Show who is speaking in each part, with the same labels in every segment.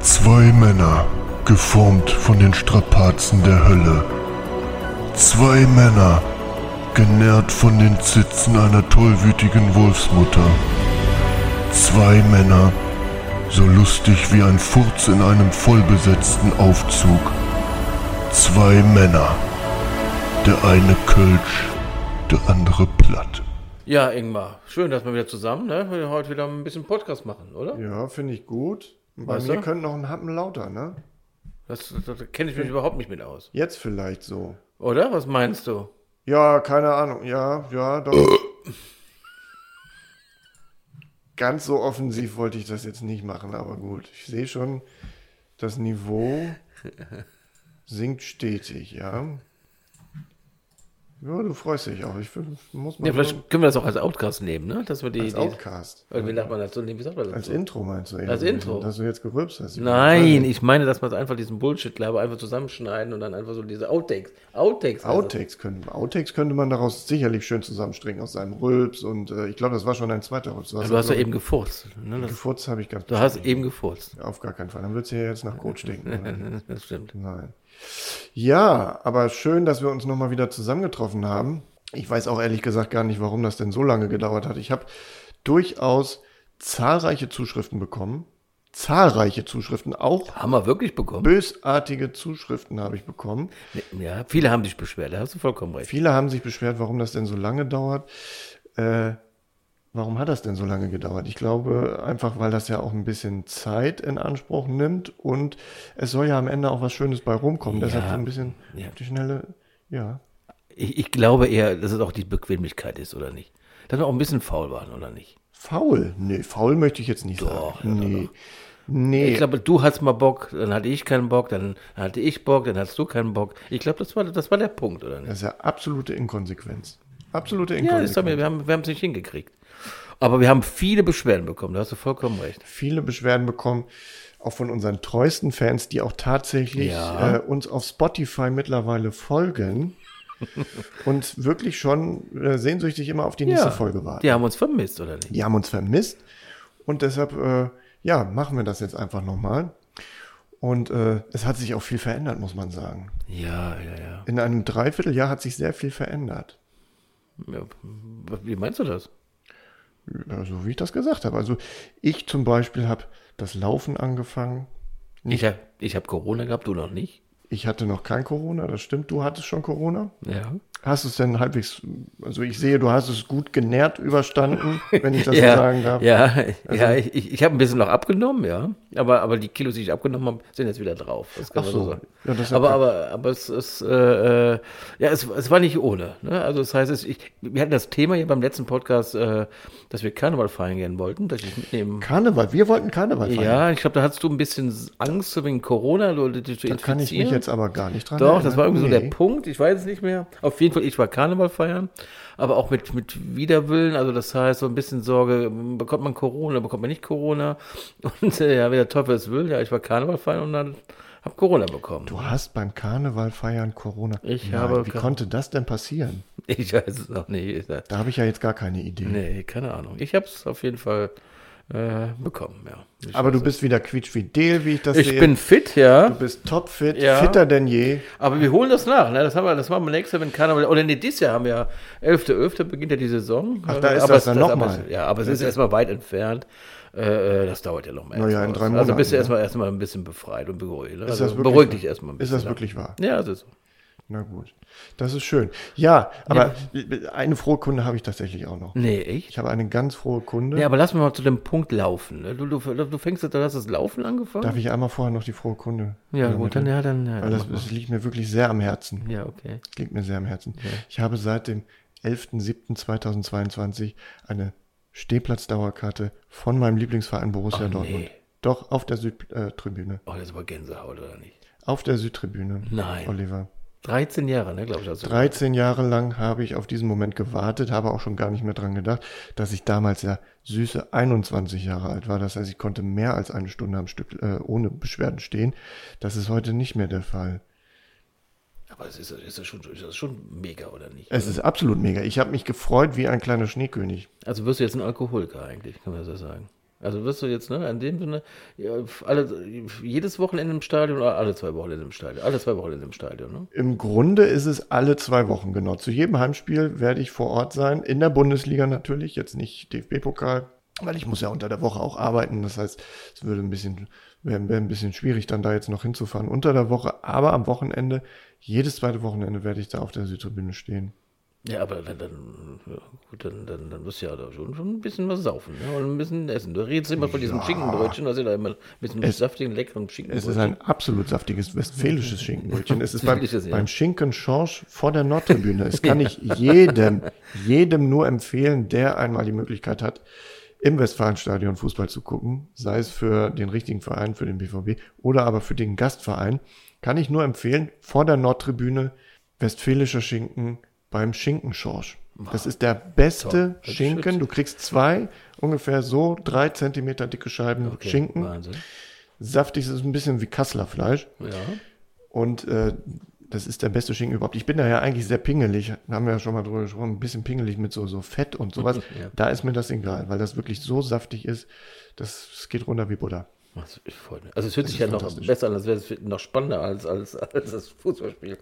Speaker 1: Zwei Männer, geformt von den Strapazen der Hölle. Zwei Männer, genährt von den Zitzen einer tollwütigen Wolfsmutter. Zwei Männer, so lustig wie ein Furz in einem vollbesetzten Aufzug. Zwei Männer, der eine Kölsch, der andere platt.
Speaker 2: Ja, Ingmar, schön, dass wir wieder zusammen, ne? Wir heute wieder ein bisschen Podcast machen, oder?
Speaker 3: Ja, finde ich gut. Bei
Speaker 2: Weißt
Speaker 3: mir
Speaker 2: du?
Speaker 3: könnte noch ein Happen lauter, ne?
Speaker 2: Das, das, das kenne ich mich überhaupt nicht mit aus.
Speaker 3: Jetzt vielleicht so.
Speaker 2: Oder? Was meinst du?
Speaker 3: Ja, keine Ahnung. Ja, ja, doch. Ganz so offensiv wollte ich das jetzt nicht machen, aber gut. Ich sehe schon, das Niveau sinkt stetig, ja. Ja, du freust dich auch. Ich find- muss mal
Speaker 2: Ja, vielleicht können wir das auch als Outcast nehmen, ne? Dass wir die.
Speaker 3: als
Speaker 2: die
Speaker 3: Outcast.
Speaker 2: Oder wie sagt man dazu? Nee, Wie sagt man
Speaker 3: Als
Speaker 2: dazu?
Speaker 3: Intro meinst du eben.
Speaker 2: Als Intro.
Speaker 3: Dass du jetzt gerülpst hast.
Speaker 2: Nein, ich meine, dass man einfach diesen Bullshit-Glaube einfach zusammenschneiden und dann einfach so diese Outtakes. Outtakes. also heißt das.
Speaker 3: Outtakes könnte, Outtakes könnte man daraus sicherlich schön zusammenstrengen aus seinem Rülps und äh, ich glaube, das war schon ein zweiter Rülps.
Speaker 2: Du hast ja eben gefurzt. Ne? Das,
Speaker 3: gefurzt, habe ich ganz
Speaker 2: du hast eben gefurzt.
Speaker 3: auf gar keinen Fall. Dann wird es ja jetzt nach Kot stinken. oder?
Speaker 2: Das stimmt.
Speaker 3: Nein. Ja, aber schön, dass wir uns nochmal wieder zusammengetroffen haben. Ich weiß auch ehrlich gesagt gar nicht, warum das denn so lange gedauert hat. Ich habe durchaus zahlreiche Zuschriften bekommen. Zahlreiche Zuschriften, auch
Speaker 2: Haben wir wirklich bekommen?
Speaker 3: bösartige Zuschriften habe ich bekommen.
Speaker 2: Ja, viele haben sich beschwert, da hast du vollkommen recht.
Speaker 3: Viele haben sich beschwert, warum das denn so lange dauert. Äh, warum hat das denn so lange gedauert? Ich glaube einfach, weil das ja auch ein bisschen Zeit in Anspruch nimmt und es soll ja am Ende auch was Schönes bei rumkommen. Deshalb so ein bisschen
Speaker 2: ja.
Speaker 3: auf die schnelle, ja.
Speaker 2: Ich, ich glaube eher, dass es auch die Bequemlichkeit ist, oder nicht? Dass wir auch ein bisschen faul waren, oder nicht?
Speaker 3: Faul? Nee, faul möchte ich jetzt nicht
Speaker 2: Doch,
Speaker 3: sagen. Nee. Nee,
Speaker 2: Ich glaube, du hattest mal Bock, dann hatte ich keinen Bock, dann hatte ich Bock, dann hattest du keinen Bock. Ich glaube, das war, das war der Punkt, oder nicht?
Speaker 3: das ist ja absolute Inkonsequenz. Absolute
Speaker 2: Ja, ist
Speaker 3: Inkonsequenz.
Speaker 2: doch, mir- wir haben wir haben es nicht hingekriegt. Aber wir haben viele Beschwerden bekommen, da hast du vollkommen recht.
Speaker 3: viele Beschwerden bekommen, auch von unseren treuesten Fans, die auch tatsächlich
Speaker 2: Ja.
Speaker 3: äh, uns auf Spotify mittlerweile folgen und wirklich schon äh, sehnsüchtig immer auf die nächste Folge warten.
Speaker 2: Die haben uns vermisst, oder nicht?
Speaker 3: Die haben uns vermisst und deshalb, äh, ja, machen wir das jetzt einfach nochmal. Und äh, es hat sich auch viel verändert, muss man sagen.
Speaker 2: Ja, ja, ja.
Speaker 3: In einem Dreivierteljahr hat sich sehr viel verändert.
Speaker 2: ja. Wie meinst du das?
Speaker 3: Ja, äh, so wie ich das gesagt habe. Also ich zum Beispiel habe das Laufen angefangen.
Speaker 2: Ich habe ich hab Corona gehabt, du noch nicht.
Speaker 3: Ich hatte noch kein Corona, das stimmt. Du hattest schon Corona.
Speaker 2: Ja.
Speaker 3: Hast du es denn halbwegs, also ich sehe, du hast es gut genährt überstanden, wenn ich das so
Speaker 2: ja,
Speaker 3: sagen darf. Also
Speaker 2: Ja, ja ich, ich- ich habe ein bisschen noch abgenommen, ja. Aber, aber die Kilos, die ich abgenommen habe, sind jetzt wieder drauf. Das kann
Speaker 3: Ach
Speaker 2: man
Speaker 3: so. Ja, das ist ja
Speaker 2: aber,
Speaker 3: gut.
Speaker 2: aber, aber es ist, äh, äh, ja, es, es war nicht ohne. Ne? Also das heißt, es, ich, wir hatten das Thema hier beim letzten Podcast, äh, dass wir Karneval feiern gehen wollten, dass ich dich mitnehmen.
Speaker 3: Karneval, wir wollten Karneval feiern.
Speaker 2: Ja, ich glaube, da hattest du ein bisschen Angst so wegen Corona, Leute dich zu
Speaker 3: da kann ich mich
Speaker 2: infizieren.
Speaker 3: jetzt aber gar nicht dran
Speaker 2: Doch, das war irgendwie so
Speaker 3: Nee.
Speaker 2: der Punkt. Ich weiß es nicht mehr. Auf jeden Fall, ich war Karneval feiern, aber auch mit, mit Widerwillen. Also das heißt, so ein bisschen Sorge, m, bekommt man Corona, bekommt man nicht Corona. Und äh, ja, wie der Teufel es will, ja, ich war Karneval feiern und dann hab Corona bekommen.
Speaker 3: Du hast beim Karneval feiern Corona.
Speaker 2: Ich habe
Speaker 3: Wie
Speaker 2: Kar-
Speaker 3: konnte das denn passieren?
Speaker 2: Ich weiß es noch nicht.
Speaker 3: Da habe ich ja jetzt gar keine Idee.
Speaker 2: Nee, keine Ahnung. Ich hab's auf jeden Fall äh, bekommen, ja. Ich,
Speaker 3: aber du bist wieder quietschfidel, wie ich das sehe.
Speaker 2: ich bin fit, ja.
Speaker 3: du bist topfit,
Speaker 2: Ja.
Speaker 3: fitter denn je.
Speaker 2: Aber wir holen das nach. Ne? Das haben wir, das machen wir nächstes Jahr, wenn Karneval. Oder nee, dieses Jahr haben wir ja 11.11. beginnt ja die Saison.
Speaker 3: Ach, da
Speaker 2: Äh,
Speaker 3: ist
Speaker 2: aber
Speaker 3: das
Speaker 2: es-
Speaker 3: dann noch
Speaker 2: aber
Speaker 3: mal.
Speaker 2: es- Ja, aber es ist erstmal weit entfernt. Äh, äh, das dauert ja noch mal.
Speaker 3: Na ja,
Speaker 2: erst
Speaker 3: in
Speaker 2: aus.
Speaker 3: drei
Speaker 2: Also bist
Speaker 3: Monaten,
Speaker 2: du
Speaker 3: ja.
Speaker 2: erstmal erstmal ein bisschen befreit und beruhigt. Ne?
Speaker 3: Ist
Speaker 2: Also
Speaker 3: das wirklich
Speaker 2: beruhig
Speaker 3: wahr?
Speaker 2: dich erstmal ein
Speaker 3: Ist
Speaker 2: bisschen. ne?
Speaker 3: das wirklich wahr?
Speaker 2: Ja, das ist so.
Speaker 3: Na gut. Das ist schön. Ja, aber eine frohe Kunde habe ich tatsächlich auch noch.
Speaker 2: Nee, echt?
Speaker 3: Ich habe eine ganz frohe Kunde.
Speaker 2: Nee, aber lass mich mal zu dem Punkt laufen. Ne? Du, du, du fängst jetzt, du hast das Laufen angefangen?
Speaker 3: Darf ich einmal vorher noch die frohe Kunde?
Speaker 2: ja, gut, dann, ja, dann. Ja,
Speaker 3: Weil
Speaker 2: dann
Speaker 3: das,
Speaker 2: mach mal.
Speaker 3: das liegt mir wirklich sehr am Herzen.
Speaker 2: ja, okay.
Speaker 3: Das liegt mir sehr am Herzen. Ich habe seit dem 11.07.2022 eine Stehplatzdauerkarte von meinem Lieblingsverein Borussia Dortmund. Doch, auf der Südtribüne.
Speaker 2: Oh, das war Gänsehaut, oder nicht?
Speaker 3: Auf der Südtribüne.
Speaker 2: Nein.
Speaker 3: Oliver.
Speaker 2: 13 Jahre, ne, glaube ich. hast du
Speaker 3: 13 Jahre lang habe ich auf diesen Moment gewartet, habe auch schon gar nicht mehr dran gedacht, dass ich damals ja süße 21 Jahre alt war. Das heißt, ich konnte mehr als eine Stunde am Stück äh, ohne Beschwerden stehen. Das ist heute nicht mehr der Fall.
Speaker 2: Aber es ist, ist, das schon, ist das schon mega, oder nicht?
Speaker 3: Es ist absolut mega. Ich habe mich gefreut wie ein kleiner Schneekönig.
Speaker 2: Also wirst du jetzt ein Alkoholiker eigentlich, kann man so sagen. Also wirst du jetzt, ne, in dem Sinne, ja, alle, jedes Wochenende im Stadion oder alle zwei Wochenende im Stadion? Alle zwei Wochenende im Stadion, ne?
Speaker 3: Im Grunde ist es alle zwei Wochen, genau. Zu jedem Heimspiel werde ich vor Ort sein. In der Bundesliga natürlich, jetzt nicht DFB-Pokal, weil ich muss ja unter der Woche auch arbeiten. Das heißt, es würde ein bisschen, wäre wär ein bisschen schwierig, dann da jetzt noch hinzufahren unter der Woche. Aber am Wochenende, jedes zweite Wochenende werde ich da auf der Südtribüne stehen.
Speaker 2: Ja, aber dann, dann, ja, gut, dann, dann, dann wirst du ja da schon, schon ein bisschen was saufen ne? und ein bisschen essen. Du redest immer von diesem
Speaker 3: Ja.
Speaker 2: Schinkenbrötchen, das ist ja immer ein bisschen
Speaker 3: Es-
Speaker 2: saftigen, leckeren Schinkenbrötchen.
Speaker 3: Es ist halt ein absolut saftiges westfälisches Schinkenbrötchen. Es ist beim,
Speaker 2: Westfälisches, ja.
Speaker 3: beim Schinkenschorsch vor der Nordtribüne. Es kann ich jedem, jedem nur empfehlen, der einmal die Möglichkeit hat, im Westfalenstadion Fußball zu gucken, sei es für den richtigen Verein, für den BVB oder aber für den Gastverein, kann ich nur empfehlen, vor der Nordtribüne westfälischer Schinken beim Schinkenschorsch. Das ist der
Speaker 2: Toll.
Speaker 3: beste Schinken. Du kriegst zwei ungefähr so drei Zentimeter dicke Scheiben
Speaker 2: Okay,
Speaker 3: Schinken.
Speaker 2: Wahnsinn.
Speaker 3: Saftig ist es ein bisschen wie Kasseler Fleisch.
Speaker 2: Ja.
Speaker 3: Und äh, das ist der beste Schinken überhaupt. Ich bin da ja eigentlich sehr pingelig. Da haben wir ja schon mal drüber gesprochen. Ein bisschen pingelig mit so, so Fett und sowas.
Speaker 2: Ja.
Speaker 3: Da ist mir das egal, weil das wirklich so saftig ist, das, es geht runter wie Butter.
Speaker 2: Also, ich freu mich. also es hört sich ja noch besser an, als wäre es noch spannender als, als, als das Fußballspiel.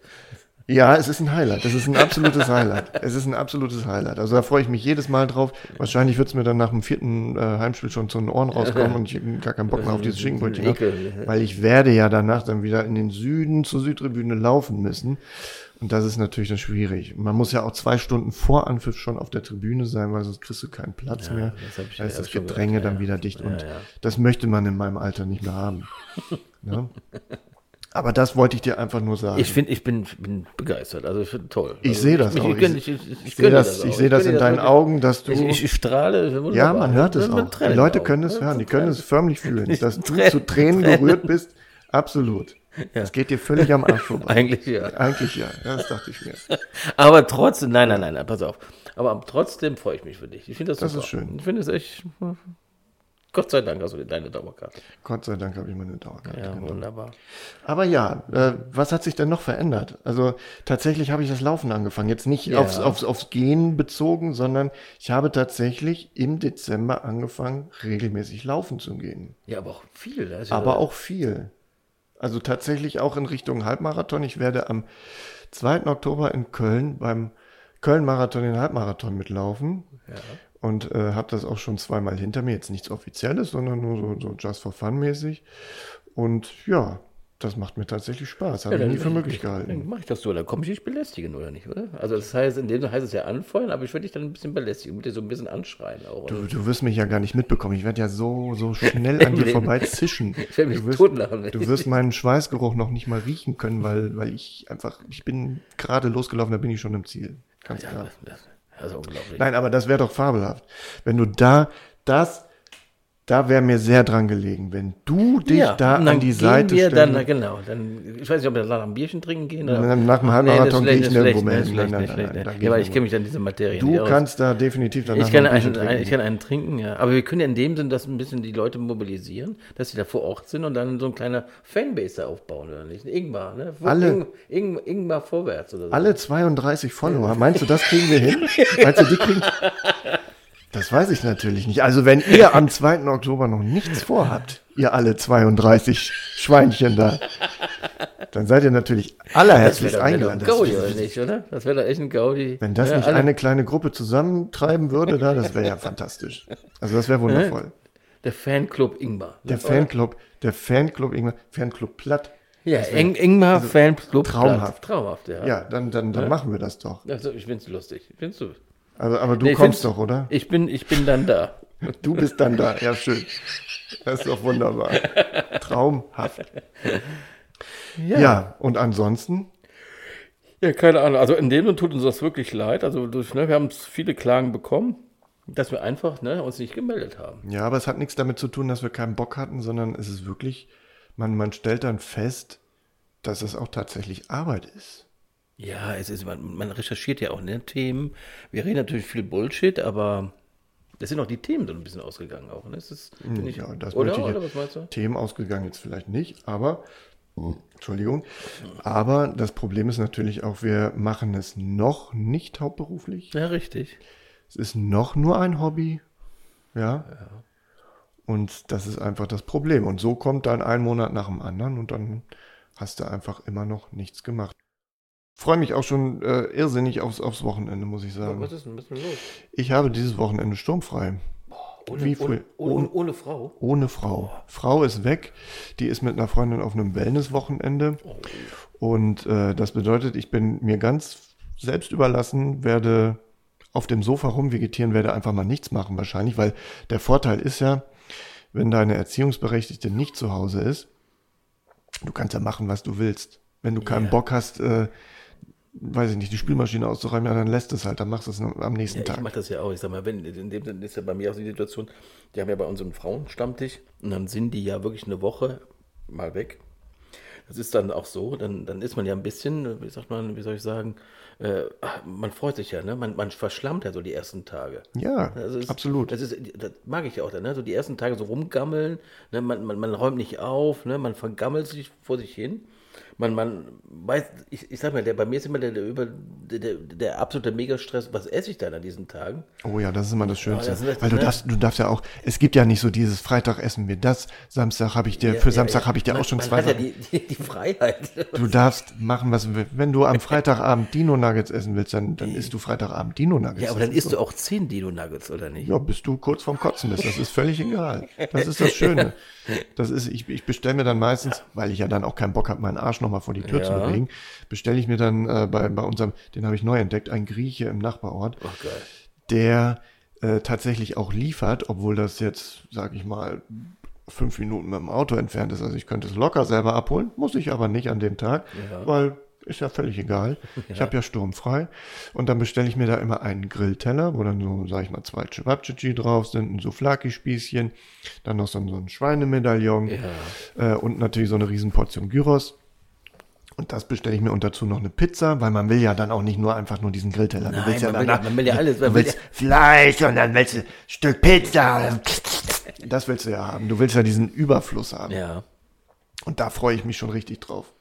Speaker 3: Ja, es ist ein Highlight. Es ist ein absolutes Highlight. Es ist ein absolutes Highlight. Also da freue ich mich jedes Mal drauf. Wahrscheinlich wird es mir dann nach dem vierten äh, Heimspiel schon zu den Ohren rauskommen und ich habe gar keinen Bock mehr auf dieses Schinkenbrötchen. ne?
Speaker 2: Ekel, ja.
Speaker 3: Weil ich werde ja danach dann wieder in den Süden zur Südtribüne laufen müssen. Und das ist natürlich dann schwierig. Man muss ja auch zwei Stunden vor Anpfiff schon auf der Tribüne sein, weil sonst kriegst du keinen Platz mehr.
Speaker 2: das hab ich-
Speaker 3: da
Speaker 2: hab
Speaker 3: ist das
Speaker 2: ich schon
Speaker 3: Gedränge
Speaker 2: gehört,
Speaker 3: dann
Speaker 2: ja.
Speaker 3: wieder dicht.
Speaker 2: Ja,
Speaker 3: und
Speaker 2: ja.
Speaker 3: das möchte man in meinem Alter nicht mehr haben. ja? Aber das wollte ich dir einfach nur sagen.
Speaker 2: Ich finde, ich bin, bin begeistert. Also ich finde toll.
Speaker 3: Ich
Speaker 2: also,
Speaker 3: sehe das
Speaker 2: ich,
Speaker 3: auch.
Speaker 2: Ich, gönn- ich, ich, ich,
Speaker 3: Ich sehe
Speaker 2: gönn dir
Speaker 3: das,
Speaker 2: auch.
Speaker 3: ich sehe das
Speaker 2: gönn
Speaker 3: in
Speaker 2: dir
Speaker 3: deinen
Speaker 2: wirklich.
Speaker 3: Augen, dass du.
Speaker 2: Ich, ich strahle. wunderbar.
Speaker 3: ja, man hört es
Speaker 2: Mit- mit
Speaker 3: auch. Die
Speaker 2: Tränen
Speaker 3: Leute
Speaker 2: auch.
Speaker 3: können es
Speaker 2: Ja,
Speaker 3: hören, die
Speaker 2: mit
Speaker 3: können es
Speaker 2: Tränen.
Speaker 3: förmlich fühlen, dass du
Speaker 2: Tränen-
Speaker 3: zu Tränen
Speaker 2: Tränen.
Speaker 3: berührt bist. Absolut. Es geht dir völlig am Arsch vorbei.
Speaker 2: Eigentlich ja.
Speaker 3: Eigentlich ja, das dachte ich mir.
Speaker 2: Aber trotzdem, nein, nein, nein, nein, pass auf. Aber trotzdem freue ich mich für dich. Ich finde das,
Speaker 3: Das
Speaker 2: super.
Speaker 3: ist schön.
Speaker 2: Ich finde es echt. Gott sei Dank hast du deine Dauerkarte.
Speaker 3: Gott sei Dank habe ich meine Dauerkarte.
Speaker 2: Ja,
Speaker 3: genau.
Speaker 2: wunderbar.
Speaker 3: Aber ja, äh, was hat sich denn noch verändert? Also tatsächlich habe ich das Laufen angefangen. Jetzt nicht aufs, aufs, aufs Gehen bezogen, sondern ich habe tatsächlich im Dezember angefangen, regelmäßig laufen zu gehen.
Speaker 2: Ja, aber auch viel. ne? das ist ja-
Speaker 3: aber auch viel. Also tatsächlich auch in Richtung Halbmarathon. Ich werde am 2. Oktober in Köln beim Köln-Marathon den Halbmarathon mitlaufen. Und äh, habe das auch schon zweimal hinter mir. Jetzt nichts Offizielles, sondern nur so, so Just for Fun mäßig. Und ja, das macht mir tatsächlich Spaß. Habe ich nie für möglich gehalten.
Speaker 2: Dann mache ich das so, dann komme ich dich belästigen, oder nicht, oder? Also das heißt, in dem Sinne heißt es ja anfeuern, aber ich werde dich dann ein bisschen belästigen, mit dir so ein bisschen anschreien auch.
Speaker 3: Du,
Speaker 2: oder?
Speaker 3: du wirst mich ja gar nicht mitbekommen. Ich werde ja so, so schnell an dir
Speaker 2: Eben.
Speaker 3: vorbei zischen.
Speaker 2: Ich werd mich
Speaker 3: du, wirst,
Speaker 2: totlachen, wenn
Speaker 3: du
Speaker 2: ich-
Speaker 3: wirst meinen Schweißgeruch noch nicht mal riechen können, weil, weil ich einfach, ich bin gerade losgelaufen, da bin ich schon im Ziel. Ganz
Speaker 2: ja,
Speaker 3: klar.
Speaker 2: das, das, das ist unglaublich.
Speaker 3: Nein, aber das wäre doch fabelhaft. Wenn du da, das, da wäre mir sehr dran gelegen, wenn du dich
Speaker 2: ja,
Speaker 3: da
Speaker 2: und dann
Speaker 3: an die
Speaker 2: gehen
Speaker 3: Seite
Speaker 2: wir
Speaker 3: stellst.
Speaker 2: dann, na, genau, dann, ich weiß nicht, ob wir danach ein Bierchen trinken gehen. Oder?
Speaker 3: Nach dem
Speaker 2: Nee, das ist
Speaker 3: Halbmarathon
Speaker 2: schlecht,
Speaker 3: gehe ich
Speaker 2: das ist
Speaker 3: nirgendwo mehr
Speaker 2: schlecht,
Speaker 3: hin.
Speaker 2: das
Speaker 3: Nein,
Speaker 2: ist
Speaker 3: nein,
Speaker 2: schlecht, das
Speaker 3: nein, nein.
Speaker 2: ist
Speaker 3: da
Speaker 2: schlecht.
Speaker 3: gehe
Speaker 2: Ja, weil
Speaker 3: ich
Speaker 2: ich kenne mich an diese Materie
Speaker 3: Du
Speaker 2: nicht aus.
Speaker 3: kannst da definitiv danach
Speaker 2: Ich kann,
Speaker 3: noch ein Bierchen
Speaker 2: einen, einen, ich
Speaker 3: trinken.
Speaker 2: kann einen trinken, ja. Aber wir können ja in dem Sinne das ein bisschen die Leute mobilisieren, dass sie da vor Ort sind und dann so ein kleiner Fanbase da aufbauen, oder nicht? Ingmar, ne? Wo-
Speaker 3: Alle.
Speaker 2: Ing, Ing, Ingmar vorwärts oder so.
Speaker 3: Alle 32 Follower. Meinst du, das kriegen wir hin? Meinst du, die kriegen. Das weiß ich natürlich nicht. Also, wenn ihr am 2. Oktober noch nichts vorhabt, ihr alle 32 Schweinchen da, dann seid ihr natürlich allerherzlichst
Speaker 2: wär doch- wär
Speaker 3: eingeladen.
Speaker 2: doch Gaudi, oder nicht, oder? Das wäre doch echt ein Gaudi.
Speaker 3: Wenn das
Speaker 2: ja,
Speaker 3: nicht
Speaker 2: alle-
Speaker 3: eine kleine Gruppe zusammentreiben würde, da, das wäre ja fantastisch. Also, das wäre wundervoll.
Speaker 2: Der Fanclub Ingmar. ne?
Speaker 3: Der
Speaker 2: Oder?
Speaker 3: Fanclub, der Fanclub, irgendwann, Fanclub platt.
Speaker 2: Ja, Ing, Ingmar Fanclub.
Speaker 3: also traumhaft.
Speaker 2: Platz. Traumhaft, ja.
Speaker 3: Ja, dann, dann, dann machen wir das doch.
Speaker 2: Also, ich find's lustig. Ich find's so.
Speaker 3: Also, aber du
Speaker 2: Nee, ich
Speaker 3: kommst
Speaker 2: find's-
Speaker 3: doch, oder?
Speaker 2: Ich bin, ich bin dann da.
Speaker 3: Du bist dann da. Ja, schön. Das ist doch wunderbar. Traumhaft. Ja, und ansonsten?
Speaker 2: Ja, keine Ahnung. Also in dem Sinne tut uns das wirklich leid. Also durch, ne, wir haben viele Klagen bekommen, dass wir einfach ne, uns nicht gemeldet haben.
Speaker 3: Ja, aber es hat nichts damit zu tun, dass wir keinen Bock hatten, sondern es ist wirklich, man, man stellt dann fest, dass es auch tatsächlich Arbeit ist.
Speaker 2: Ja, es ist, man, man recherchiert ja auch ne, Themen. Wir reden natürlich viel Bullshit, aber das sind auch die Themen so ein bisschen ausgegangen auch. Ne? Es ist, bin ich,
Speaker 3: Hm, ja, das
Speaker 2: oder,
Speaker 3: möchte ich
Speaker 2: oder was
Speaker 3: jetzt-
Speaker 2: meinst du?
Speaker 3: Themen ausgegangen jetzt vielleicht nicht, aber Entschuldigung. Aber das Problem ist natürlich auch, wir machen es noch nicht hauptberuflich.
Speaker 2: Ja, richtig.
Speaker 3: Es ist noch nur ein Hobby. Ja. Und das ist einfach das Problem. Und so kommt dann ein Monat nach dem anderen und dann hast du einfach immer noch nichts gemacht. Freue mich auch schon äh, irrsinnig aufs, aufs Wochenende, muss ich sagen.
Speaker 2: Was ist denn? Was ist denn los?
Speaker 3: Ich habe dieses Wochenende sturmfrei.
Speaker 2: Ohne,
Speaker 3: Wie früh-
Speaker 2: ohne, ohne, ohne Frau?
Speaker 3: Ohne Frau. Frau ist weg. Die ist mit einer Freundin auf einem Wellness-Wochenende.
Speaker 2: Oh.
Speaker 3: Und äh, das bedeutet, ich bin mir ganz selbst überlassen, werde auf dem Sofa rumvegetieren, werde einfach mal nichts machen wahrscheinlich, weil der Vorteil ist ja, wenn deine Erziehungsberechtigte nicht zu Hause ist, du kannst ja machen, was du willst. Wenn du keinen
Speaker 2: Ja.
Speaker 3: Bock hast, äh, weiß ich nicht, die Spülmaschine auszuräumen, ja, dann lässt es halt, dann machst du es am nächsten
Speaker 2: Ja, ich
Speaker 3: Tag.
Speaker 2: mache das ja auch. Ich sag mal, wenn, in dem Sinne ist ja bei mir auch die Situation, die haben ja bei unserem Frauenstammtisch und dann sind die ja wirklich eine Woche mal weg. Das ist dann auch so, dann, dann ist man ja ein bisschen, wie sagt man, wie soll ich sagen, äh, ah, man freut sich ja, ne? Man, man verschlammt ja so die ersten Tage.
Speaker 3: Ja,
Speaker 2: Also es-
Speaker 3: absolut.
Speaker 2: Das, ist, das mag ich ja auch dann, ne? So die ersten Tage so rumgammeln, ne? man, man, man räumt nicht auf, ne? Man vergammelt sich vor sich hin. Man, man weiß, ich, ich sag mal, der, bei mir ist immer der, der, über, der, der, der absolute Megastress, was esse ich dann an diesen Tagen?
Speaker 3: Oh ja, das ist immer das Schönste.
Speaker 2: das ist echt,
Speaker 3: Weil du
Speaker 2: ne?
Speaker 3: darfst, du darfst ja auch, es gibt ja nicht so dieses Freitag essen wir das, Samstag habe ich dir, für Samstag habe ich dir
Speaker 2: man,
Speaker 3: auch schon
Speaker 2: man
Speaker 3: zwei.
Speaker 2: Hat ja
Speaker 3: Sachen.
Speaker 2: die, die, die Freiheit.
Speaker 3: Du darfst machen, was du willst. Wenn du am Freitagabend Dino-Nuggets essen willst, dann, dann isst du Freitagabend Dino-Nuggets.
Speaker 2: Ja, aber
Speaker 3: Das
Speaker 2: dann
Speaker 3: ist
Speaker 2: isst du auch 10 Dino-Nuggets, oder nicht?
Speaker 3: ja, bis du kurz vorm Kotzen bist. Das ist völlig egal. Das ist das Schöne. Das ist, ich, ich bestelle mir dann meistens, weil ich ja dann auch keinen Bock habe, meinen Arsch nochmal vor die Tür zu
Speaker 2: Ja.
Speaker 3: bewegen, bestelle ich mir dann äh, bei, bei unserem, den habe ich neu entdeckt, ein Grieche im Nachbarort, der äh, tatsächlich auch liefert, obwohl das jetzt, sag ich mal, fünf Minuten mit dem Auto entfernt ist. Also ich könnte es locker selber abholen, muss ich aber nicht an dem Tag, weil ist ja völlig egal. Ich habe ja sturmfrei. Und dann bestelle ich mir da immer einen Grillteller, wo dann so, sag ich mal, zwei Cevapcici drauf sind, ein Souflaki-Spießchen, dann noch so ein, so ein Schweinemedaillon äh, und natürlich so eine Riesenportion Gyros. Und das bestelle ich mir und dazu noch eine Pizza, weil man will ja dann auch nicht nur einfach nur diesen Grillteller.
Speaker 2: Nein,
Speaker 3: du willst ja
Speaker 2: man will-
Speaker 3: danach,
Speaker 2: man will ja alles, man
Speaker 3: Du
Speaker 2: will
Speaker 3: willst Fleisch und dann willst du ein Stück Pizza. Das willst du ja haben. Du willst ja diesen Überfluss haben.
Speaker 2: Ja.
Speaker 3: Und da freue ich mich schon richtig drauf.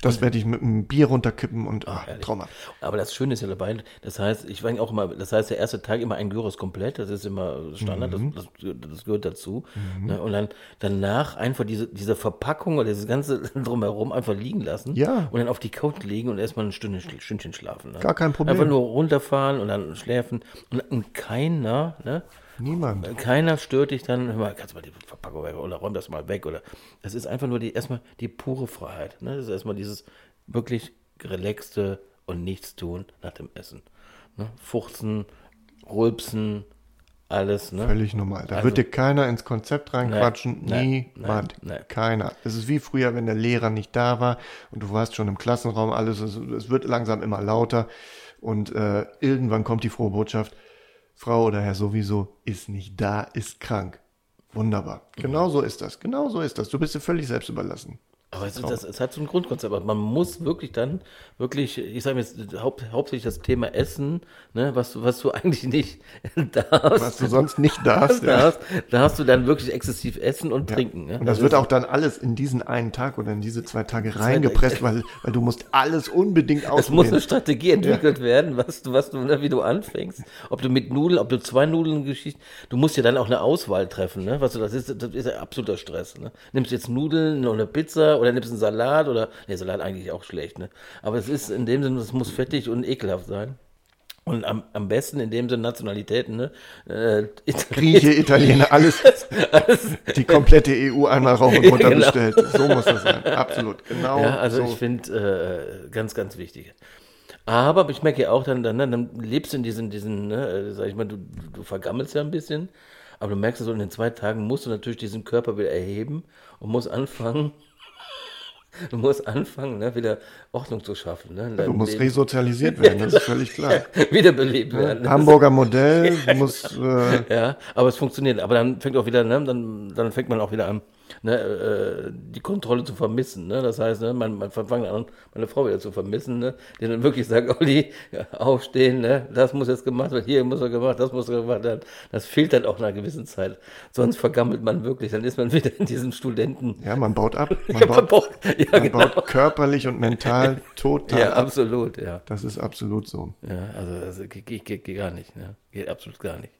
Speaker 3: Das werde ich mit einem Bier runterkippen und ah, Trauma.
Speaker 2: Aber das Schöne ist ja dabei, das heißt, ich war auch immer, das heißt, der erste Tag immer ein Gyros komplett, das ist immer Standard,
Speaker 3: Mhm.
Speaker 2: das, das, das gehört dazu. Ne? Und dann danach einfach diese, diese Verpackung oder dieses ganze drumherum einfach liegen lassen
Speaker 3: Ja.
Speaker 2: und dann auf die Couch legen und erstmal ein Stunde, Stündchen schlafen. Ne?
Speaker 3: Gar kein Problem.
Speaker 2: Einfach nur runterfahren und dann schläfen und, und keiner, ne?
Speaker 3: Niemand.
Speaker 2: Keiner stört dich dann, hör mal, kannst du mal die Verpackung weg oder räum das mal weg oder. Das ist einfach nur die, erstmal die pure Freiheit. Ne? Das ist erstmal dieses wirklich relaxte und nichts tun nach dem Essen. Ne? Fuchsen, Rülpsen, alles. Ne?
Speaker 3: Völlig normal. Da
Speaker 2: Also-
Speaker 3: wird dir keiner ins Konzept reinquatschen.
Speaker 2: nein,
Speaker 3: Niemand.
Speaker 2: nein, nein.
Speaker 3: Keiner. Es ist wie früher, wenn der Lehrer nicht da war und du warst schon im Klassenraum, alles, es, es wird langsam immer lauter und äh, irgendwann kommt die frohe Botschaft, Frau oder Herr sowieso ist nicht da, ist krank. Wunderbar. Genau so ist das. Genau so ist das. Du bist dir völlig selbst überlassen.
Speaker 2: Aber es, ist, das, es hat so ein Grundkonzept. Aber man muss wirklich dann, wirklich, ich sage jetzt haupt, hauptsächlich das Thema Essen, ne, was, du- was du eigentlich nicht darfst.
Speaker 3: Was du sonst nicht darfst. ja.
Speaker 2: darfst, darfst du dann wirklich exzessiv essen und trinken. Ne?
Speaker 3: Und das wird auch dann alles in diesen einen Tag oder in diese zwei Tage reingepresst, weil, weil du musst alles unbedingt
Speaker 2: Es muss
Speaker 3: ausprobieren.
Speaker 2: eine Strategie entwickelt werden, was du, was du, ne, wie du anfängst. Ob du mit Nudeln, ob du zwei Nudeln geschichten, du musst ja dann auch eine Auswahl treffen, ne? Was du, das ist, das ist ja absoluter Stress, ne? Nimmst du jetzt Nudeln oder eine Pizza oder nimmst einen Salat oder, ne, Salat eigentlich auch schlecht, ne? Aber es ist in dem Sinne, es muss fettig und ekelhaft sein. Und am, am besten in dem Sinne Nationalitäten, ne? Äh,
Speaker 3: Grieche, Italiener, alles,
Speaker 2: Alles-
Speaker 3: die komplette EU einmal rauf und runter
Speaker 2: Ja, genau.
Speaker 3: bestellt. So muss das sein. Absolut. Genau.
Speaker 2: Ja, also
Speaker 3: so.
Speaker 2: ich finde äh, ganz, ganz wichtig. Aber ich merke ja auch, dann, dann, dann lebst du in diesen, diesen ne, äh, sag ich mal, du, du vergammelst ja ein bisschen, aber du merkst ja so, in den zwei Tagen musst du natürlich diesen Körper wieder erheben und musst anfangen, du musst anfangen, ne, wieder Ordnung zu schaffen. Ne, in
Speaker 3: du
Speaker 2: deinem
Speaker 3: musst
Speaker 2: Leben.
Speaker 3: resozialisiert werden, das ist völlig klar.
Speaker 2: wiederbelebt werden.
Speaker 3: Hamburger Modell, du musst, äh,
Speaker 2: Ja, aber es funktioniert. Aber dann fängt auch wieder, ne, dann, dann fängt man auch wieder an, ne, äh, die Kontrolle zu vermissen. Ne? Das heißt, ne, man, man fängt an, meine Frau wieder zu vermissen, ne? die dann wirklich sagt, Olli, ja, aufstehen, ne? das muss jetzt gemacht werden, hier muss er gemacht, das muss er gemacht werden. Das fehlt dann auch nach einer gewissen Zeit. Sonst vergammelt man wirklich, dann ist man wieder in diesem Studenten.
Speaker 3: ja, man baut ab. Man
Speaker 2: Ja, man
Speaker 3: baut,
Speaker 2: baut- ja,
Speaker 3: man
Speaker 2: genau.
Speaker 3: baut körperlich und mental total
Speaker 2: Ja,
Speaker 3: ab.
Speaker 2: absolut, ja.
Speaker 3: Das ist absolut so.
Speaker 2: ja also das geht, geht, geht, geht gar nicht. Ne? Geht absolut gar nicht.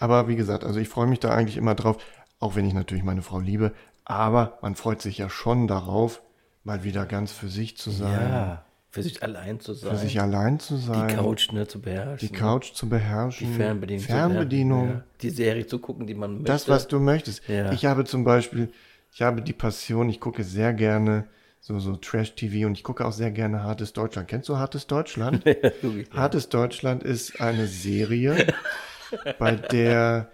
Speaker 3: Aber wie gesagt, also ich freue mich da eigentlich immer drauf. auch wenn ich natürlich meine Frau liebe. Aber man freut sich ja schon darauf, mal wieder ganz für sich zu sein,
Speaker 2: Ja, für sich allein zu sein.
Speaker 3: für sich allein zu sein,
Speaker 2: die Couch ne, zu beherrschen.
Speaker 3: die Couch zu beherrschen,
Speaker 2: Fernbedienung. zu
Speaker 3: Fernbedienung,
Speaker 2: beherrschen, Ja. Die Serie zu gucken, die man möchte.
Speaker 3: das, was du möchtest.
Speaker 2: Ja.
Speaker 3: Ich habe zum Beispiel, ich habe die Passion, ich gucke sehr gerne so, so Trash-TV und ich gucke auch sehr gerne Hartes Deutschland. Kennst du Hartes Deutschland? Hartes Deutschland ist eine Serie, bei der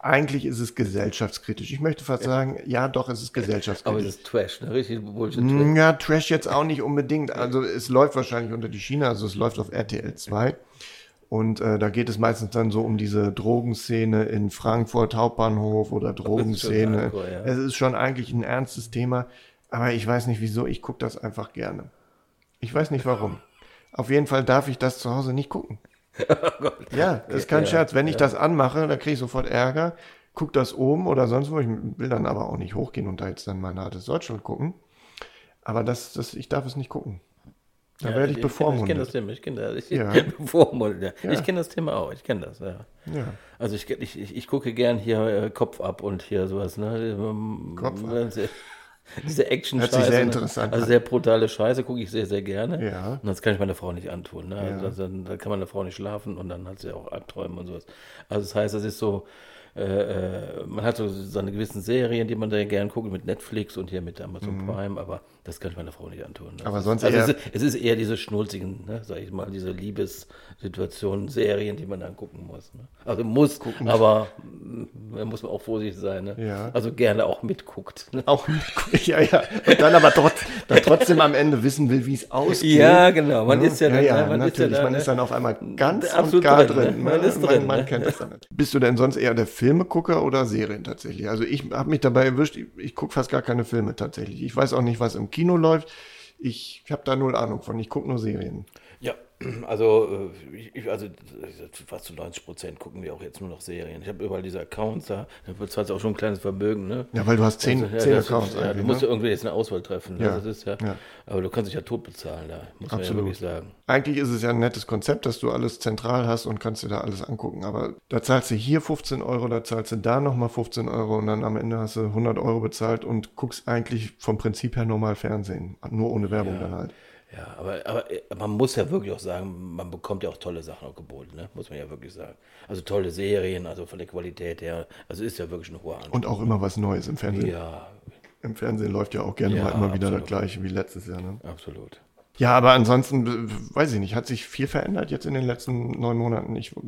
Speaker 3: eigentlich ist es gesellschaftskritisch. Ich möchte fast sagen, ja doch, es ist
Speaker 2: Aber
Speaker 3: gesellschaftskritisch.
Speaker 2: es ist Trash, ne? richtig Bullshit.
Speaker 3: Mm, Ja, Trash jetzt auch nicht unbedingt. Also es läuft wahrscheinlich unter die Schiene, also es läuft auf RTL 2. Und äh, da geht es meistens dann so um diese Drogenszene in Frankfurt Hauptbahnhof oder Drogenszene.
Speaker 2: hardcore, ja.
Speaker 3: Es ist schon eigentlich ein ernstes Thema, aber ich weiß nicht wieso, ich gucke das einfach gerne. Ich weiß nicht warum. Auf jeden Fall darf ich das zu Hause nicht gucken. Ja, das ist kein Scherz. Wenn ich das anmache, dann kriege ich sofort Ärger. Guck das oben oder sonst wo. Ich will dann aber auch nicht hochgehen und da jetzt dann mein hartes Deutschland gucken. Aber das, das, ich darf es nicht gucken. Da werde
Speaker 2: Ich
Speaker 3: ich,
Speaker 2: kenne das
Speaker 3: bevormundet.
Speaker 2: Thema, ich kenne das. Ich,
Speaker 3: Ja.
Speaker 2: bevormundet, ja.
Speaker 3: Ja.
Speaker 2: ich kenne das Thema auch, ich kenne das, ja.
Speaker 3: Ja.
Speaker 2: Also ich, ich, ich, ich gucke gern hier äh, Kopf ab und hier sowas, ne? Ähm,
Speaker 3: Kopf ab.
Speaker 2: äh, sehr- Diese action
Speaker 3: Hört sich sehr
Speaker 2: ne?
Speaker 3: interessant
Speaker 2: Also
Speaker 3: an.
Speaker 2: sehr brutale Scheiße gucke ich sehr, sehr gerne.
Speaker 3: Ja.
Speaker 2: Und das kann ich meiner Frau nicht antun. Ne? Also
Speaker 3: Ja.
Speaker 2: das- dann, da kann meine Frau nicht schlafen und dann hat sie auch Albträume und sowas. Also das heißt, das ist so, äh, äh, man hat so seine gewissen Serien, die man da gern guckt, mit Netflix und hier mit Amazon Prime, aber das kann ich meiner Frau nicht antun. ne?
Speaker 3: Mhm. Aber sonst
Speaker 2: also
Speaker 3: eher-
Speaker 2: es, ist, es ist eher diese schnulzigen, ne, sag ich mal, diese Liebessituationen, Serien, die man dann gucken muss. Ne? Also muss, aber mm, da muss man auch vorsichtig sein. Ne?
Speaker 3: Ja.
Speaker 2: Also gerne auch mitguckt. Ne?
Speaker 3: Auch mitgucken. Ja, ja. Und dann aber trotz, dann trotzdem am Ende wissen will, wie es ausgeht.
Speaker 2: Ja, genau. Man ist ja
Speaker 3: ja,
Speaker 2: dann,
Speaker 3: ja,
Speaker 2: ne, man
Speaker 3: natürlich.
Speaker 2: ist ja dann,
Speaker 3: man
Speaker 2: ne?
Speaker 3: ist dann auf einmal ganz und
Speaker 2: Absolut
Speaker 3: gar
Speaker 2: drin, ne?
Speaker 3: drin.
Speaker 2: Man ist
Speaker 3: man,
Speaker 2: drin,
Speaker 3: man
Speaker 2: ne?
Speaker 3: kennt das dann. Bist du denn sonst eher der Filmegucker oder Serien tatsächlich? Also ich habe mich dabei erwischt, ich, ich gucke fast gar keine Filme tatsächlich. Ich weiß auch nicht, was im Kino läuft. Ich habe da null Ahnung von. Ich gucke nur Serien.
Speaker 2: Ja, also, äh, ich, ich- also fast zu 90 Prozent gucken wir auch jetzt nur noch Serien. Ich habe überall diese Accounts da. Da bezahlst du auch schon ein kleines Vermögen, ne?
Speaker 3: Ja, weil du hast zehn,
Speaker 2: Also, ja,
Speaker 3: zehn
Speaker 2: das ist-
Speaker 3: Accounts
Speaker 2: ja, du
Speaker 3: eigentlich.
Speaker 2: musst ja
Speaker 3: ne?
Speaker 2: irgendwie jetzt eine Auswahl treffen. Ne?
Speaker 3: Ja,
Speaker 2: Das ist ja,
Speaker 3: ja.
Speaker 2: Aber du kannst dich ja tot bezahlen da, muss man ja
Speaker 3: Absolut.
Speaker 2: wirklich sagen.
Speaker 3: Eigentlich ist es ja ein nettes Konzept, dass du alles zentral hast und kannst dir da alles angucken. Aber da zahlst du hier 15 Euro, da zahlst du da nochmal 15 Euro und dann am Ende hast du 100 Euro bezahlt und guckst eigentlich vom Prinzip her normal Fernsehen. Nur ohne Werbung dann halt.
Speaker 2: Ja, aber, aber äh, man muss ja wirklich auch sagen, man bekommt ja auch tolle Sachen auch geboten, ne? muss man ja wirklich sagen. Also tolle Serien, also von der Qualität her. Also ist ja wirklich ein hoher Anspruch.
Speaker 3: Und auch immer was Neues im Fernsehen.
Speaker 2: Ja,
Speaker 3: Im Fernsehen läuft ja auch gerne
Speaker 2: Ja,
Speaker 3: mal immer wieder
Speaker 2: absolut.
Speaker 3: das Gleiche wie letztes Jahr. Ne?
Speaker 2: absolut.
Speaker 3: Ja, aber ansonsten, äh, weiß ich nicht, hat sich viel verändert jetzt in den letzten neun Monaten. Ich, pff,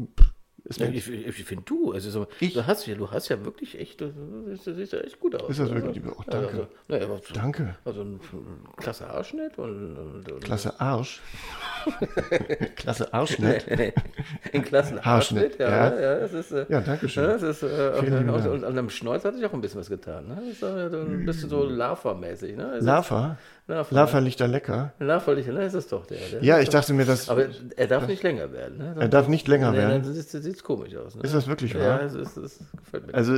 Speaker 3: ist,
Speaker 2: Ja,
Speaker 3: mir,
Speaker 2: ich ich finde du, also so, du, hast ja, du hast ja wirklich echt, das das sieht ja echt gut aus.
Speaker 3: Ist das
Speaker 2: ne?
Speaker 3: wirklich? Oh, danke.
Speaker 2: Also, naja, aber so-
Speaker 3: Danke.
Speaker 2: Also ein, ein klasse Haarschnitt und, und, und
Speaker 3: Klasse Arsch. Klasse Arschnet.
Speaker 2: ein klassen Haarschnitt.
Speaker 3: Haarschnitt,
Speaker 2: Ja,
Speaker 3: ja.
Speaker 2: ja. ja, das ist, äh,
Speaker 3: Ja, danke schön.
Speaker 2: ja, Das ist, äh, auf, und,
Speaker 3: lieben Dank.
Speaker 2: und an deinem Schneuz hat sich auch ein bisschen was getan. Ne? Das ist, äh, so ein bisschen so Lava-mäßig. Ne? Das ist-
Speaker 3: Lava.
Speaker 2: Lava.
Speaker 3: Lava Lichter lecker.
Speaker 2: Lava-Licht, ne? Das ist doch der. der
Speaker 3: Ja, ich dachte mir, das,
Speaker 2: Aber er darf nicht länger werden. Ne?
Speaker 3: er darf nicht länger werden.
Speaker 2: Dann sieht es komisch aus. Ne?
Speaker 3: Ist das wirklich
Speaker 2: ja,
Speaker 3: wahr?
Speaker 2: es ist, es gefällt mir.
Speaker 3: Also,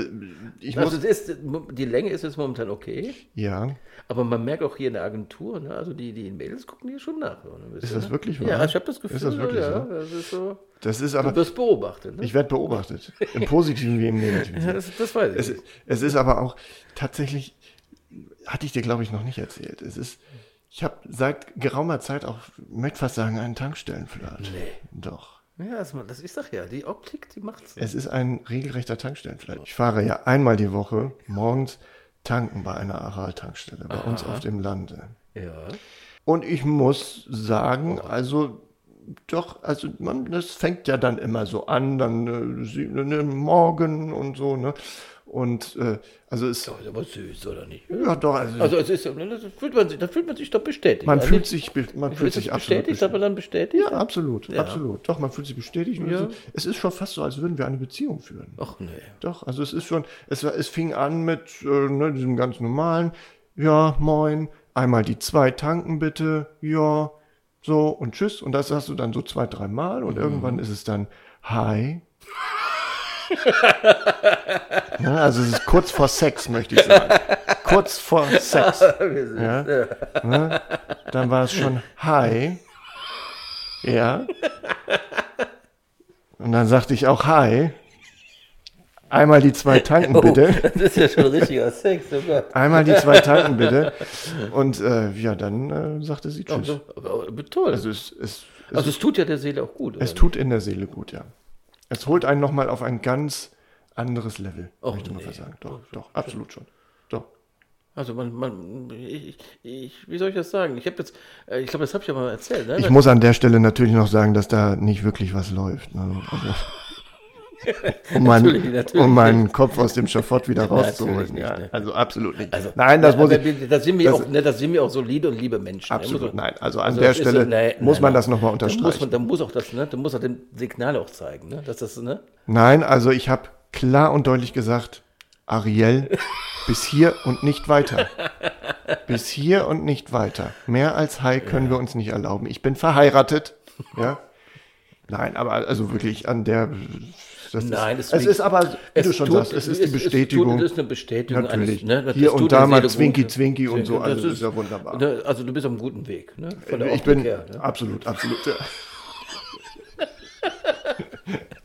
Speaker 3: ich
Speaker 2: Also
Speaker 3: muss.
Speaker 2: es ist, die Länge ist jetzt momentan okay,
Speaker 3: Ja,
Speaker 2: aber man merkt auch hier in der Agentur, ne, also die, die Mädels gucken hier schon nach. so ein bisschen,
Speaker 3: Ist das
Speaker 2: ne?
Speaker 3: wirklich wahr?
Speaker 2: Ja, also ich habe das Gefühl,
Speaker 3: Ist das wirklich
Speaker 2: ja,
Speaker 3: so?
Speaker 2: das ist so.
Speaker 3: das ist
Speaker 2: Du
Speaker 3: aber.
Speaker 2: wirst beobachtet. Ne?
Speaker 3: Ich werde beobachtet. Im Positiven wie im
Speaker 2: ja,
Speaker 3: Negativen.
Speaker 2: das, das weiß ich.
Speaker 3: Es,
Speaker 2: nicht.
Speaker 3: es ist aber auch tatsächlich. Hatte ich dir, glaube ich, noch nicht erzählt. Es ist. Ich habe seit geraumer Zeit auch, möchte fast sagen, einen Tankstellenflirt. Nee. Doch.
Speaker 2: ja, das, das, ich sag ja, die Optik, die macht's.
Speaker 3: Es ist ein regelrechter Tankstellenflirt. Ich fahre ja einmal die Woche morgens tanken bei einer Aral-Tankstelle bei uns auf dem Lande.
Speaker 2: Ja.
Speaker 3: Und ich muss sagen, also doch, also man, das fängt ja dann immer so an, dann äh, sie, ne, morgen und so, ne? Und äh, also es
Speaker 2: Ist aber süß, oder nicht?
Speaker 3: ja doch, also,
Speaker 2: Also es ist, ne, das fühlt man sich, da fühlt man sich doch bestätigt.
Speaker 3: man
Speaker 2: Also,
Speaker 3: fühlt sich, be- man
Speaker 2: ist
Speaker 3: fühlt
Speaker 2: das
Speaker 3: sich absolut
Speaker 2: bestätigt, hat man dann bestätigt?
Speaker 3: Ja, absolut,
Speaker 2: Ja.
Speaker 3: absolut. Doch, man fühlt sich bestätigt. und
Speaker 2: Ja.
Speaker 3: so. Es ist schon fast so, als würden wir eine Beziehung führen.
Speaker 2: Ach nee.
Speaker 3: Doch, also es ist schon, es, war- es fing an mit äh, ne, diesem ganz normalen, ja, moin, einmal die zwei tanken bitte, ja, so und tschüss. Und das hast du dann so zwei, dreimal und irgendwann ist es dann hi. ja, also es ist kurz vor Sex, möchte ich sagen. kurz vor Sex. Ja, ne? Dann war es schon hi. Ja. Und dann sagte ich auch hi. Einmal die zwei tanken,
Speaker 2: Oh,
Speaker 3: bitte.
Speaker 2: Das ist ja schon richtiger Sex, oh Gott.
Speaker 3: Einmal die zwei tanken, bitte. Und äh, ja, dann äh, sagte sie Tschüss.
Speaker 2: Also, aber- aber toll.
Speaker 3: Also
Speaker 2: Also,
Speaker 3: es, es, es,
Speaker 2: es tut ja der Seele auch gut.
Speaker 3: es tut in der Seele gut, ja. Es holt einen nochmal auf ein ganz anderes Level,
Speaker 2: Och,
Speaker 3: möchte man
Speaker 2: nee.
Speaker 3: fast sagen. Doch, doch, absolut schon. Doch.
Speaker 2: Also man, man ich, ich, wie soll ich das sagen? Ich habe jetzt, äh, ich glaube, das habe ich ja mal erzählt, ne?
Speaker 3: Ich muss an der Stelle natürlich noch sagen, dass da nicht wirklich was läuft. Ne? Also, um, meinen,
Speaker 2: Natürlich, natürlich
Speaker 3: um meinen Kopf aus dem Schafott wieder
Speaker 2: Natürlich
Speaker 3: rauszuholen.
Speaker 2: nicht,
Speaker 3: Ja,
Speaker 2: ne.
Speaker 3: also absolut nicht.
Speaker 2: Also,
Speaker 3: nein, das
Speaker 2: na,
Speaker 3: muss
Speaker 2: aber
Speaker 3: ich.
Speaker 2: wir- Das sind wir
Speaker 3: das-
Speaker 2: auch, ne, das sind wir auch solide und liebe Menschen. ne? Muss
Speaker 3: Absolut
Speaker 2: man-
Speaker 3: nein. Also an
Speaker 2: Also
Speaker 3: der
Speaker 2: das ist so-
Speaker 3: Stelle
Speaker 2: nein,
Speaker 3: muss
Speaker 2: nein,
Speaker 3: man
Speaker 2: nein.
Speaker 3: das nochmal
Speaker 2: Da muss, man,
Speaker 3: unterstreichen.
Speaker 2: da muss auch das, ne? Da muss auch dem Signal auch zeigen, ne? Dass das, ne?
Speaker 3: Nein, also ich habe klar und deutlich gesagt, Ariel, bis hier und nicht weiter. Bis hier und nicht weiter. Mehr als Hi können wir uns nicht erlauben. Ich bin verheiratet. Ja. Nein, aber also wirklich an der. Das
Speaker 2: Nein,
Speaker 3: ist,
Speaker 2: es
Speaker 3: es
Speaker 2: liegt-
Speaker 3: ist aber, wie du schon sagst, es ist die Bestätigung.
Speaker 2: Es, tut, es ist eine Bestätigung
Speaker 3: Natürlich.
Speaker 2: eines, ne? Das
Speaker 3: Hier
Speaker 2: tut
Speaker 3: und
Speaker 2: der
Speaker 3: da mal
Speaker 2: Seele gut.
Speaker 3: Zwinki, Zwinki und so,
Speaker 2: Das
Speaker 3: also ist ja wunderbar. Äh,
Speaker 2: Ne? Also du bist auf einem guten Weg, ne? Von der
Speaker 3: ich bin
Speaker 2: Optik her, ne?
Speaker 3: absolut, absolut. Ja.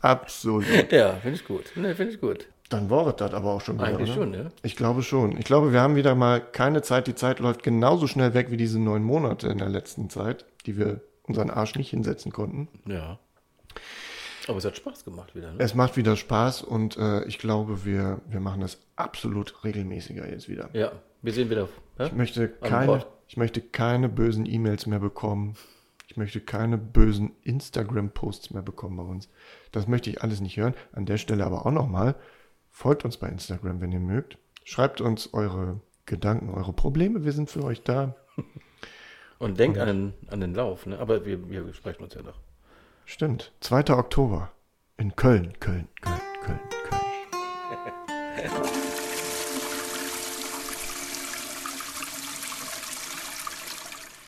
Speaker 3: absolut.
Speaker 2: Ja, finde ich gut. Ne, finde ich gut.
Speaker 3: Dann war es das aber auch schon wieder.
Speaker 2: Eigentlich
Speaker 3: oder?
Speaker 2: schon, ne?
Speaker 3: Ich glaube schon. Ich glaube, wir haben wieder mal keine Zeit. Die Zeit läuft genauso schnell weg wie diese neun Monate in der letzten Zeit, die wir unseren Arsch nicht hinsetzen konnten.
Speaker 2: Ja. Aber es hat Spaß gemacht wieder, ne?
Speaker 3: Es macht wieder Spaß und äh, ich glaube, wir, wir machen das absolut regelmäßiger jetzt wieder.
Speaker 2: Ja, wir sehen wieder. Ne?
Speaker 3: Ich möchte keine,
Speaker 2: Bord.
Speaker 3: ich möchte keine bösen E-Mails mehr bekommen. Ich möchte keine bösen Instagram-Posts mehr bekommen bei uns. Das möchte ich alles nicht hören. An der Stelle aber auch nochmal. Folgt uns bei Instagram, wenn ihr mögt. Schreibt uns eure Gedanken, eure Probleme. Wir sind für euch da.
Speaker 2: Und denkt an den, an den Lauf, ne? Aber wir, wir sprechen uns ja noch.
Speaker 3: Stimmt. 2. Oktober in Köln, Köln, Köln, Köln, Köln.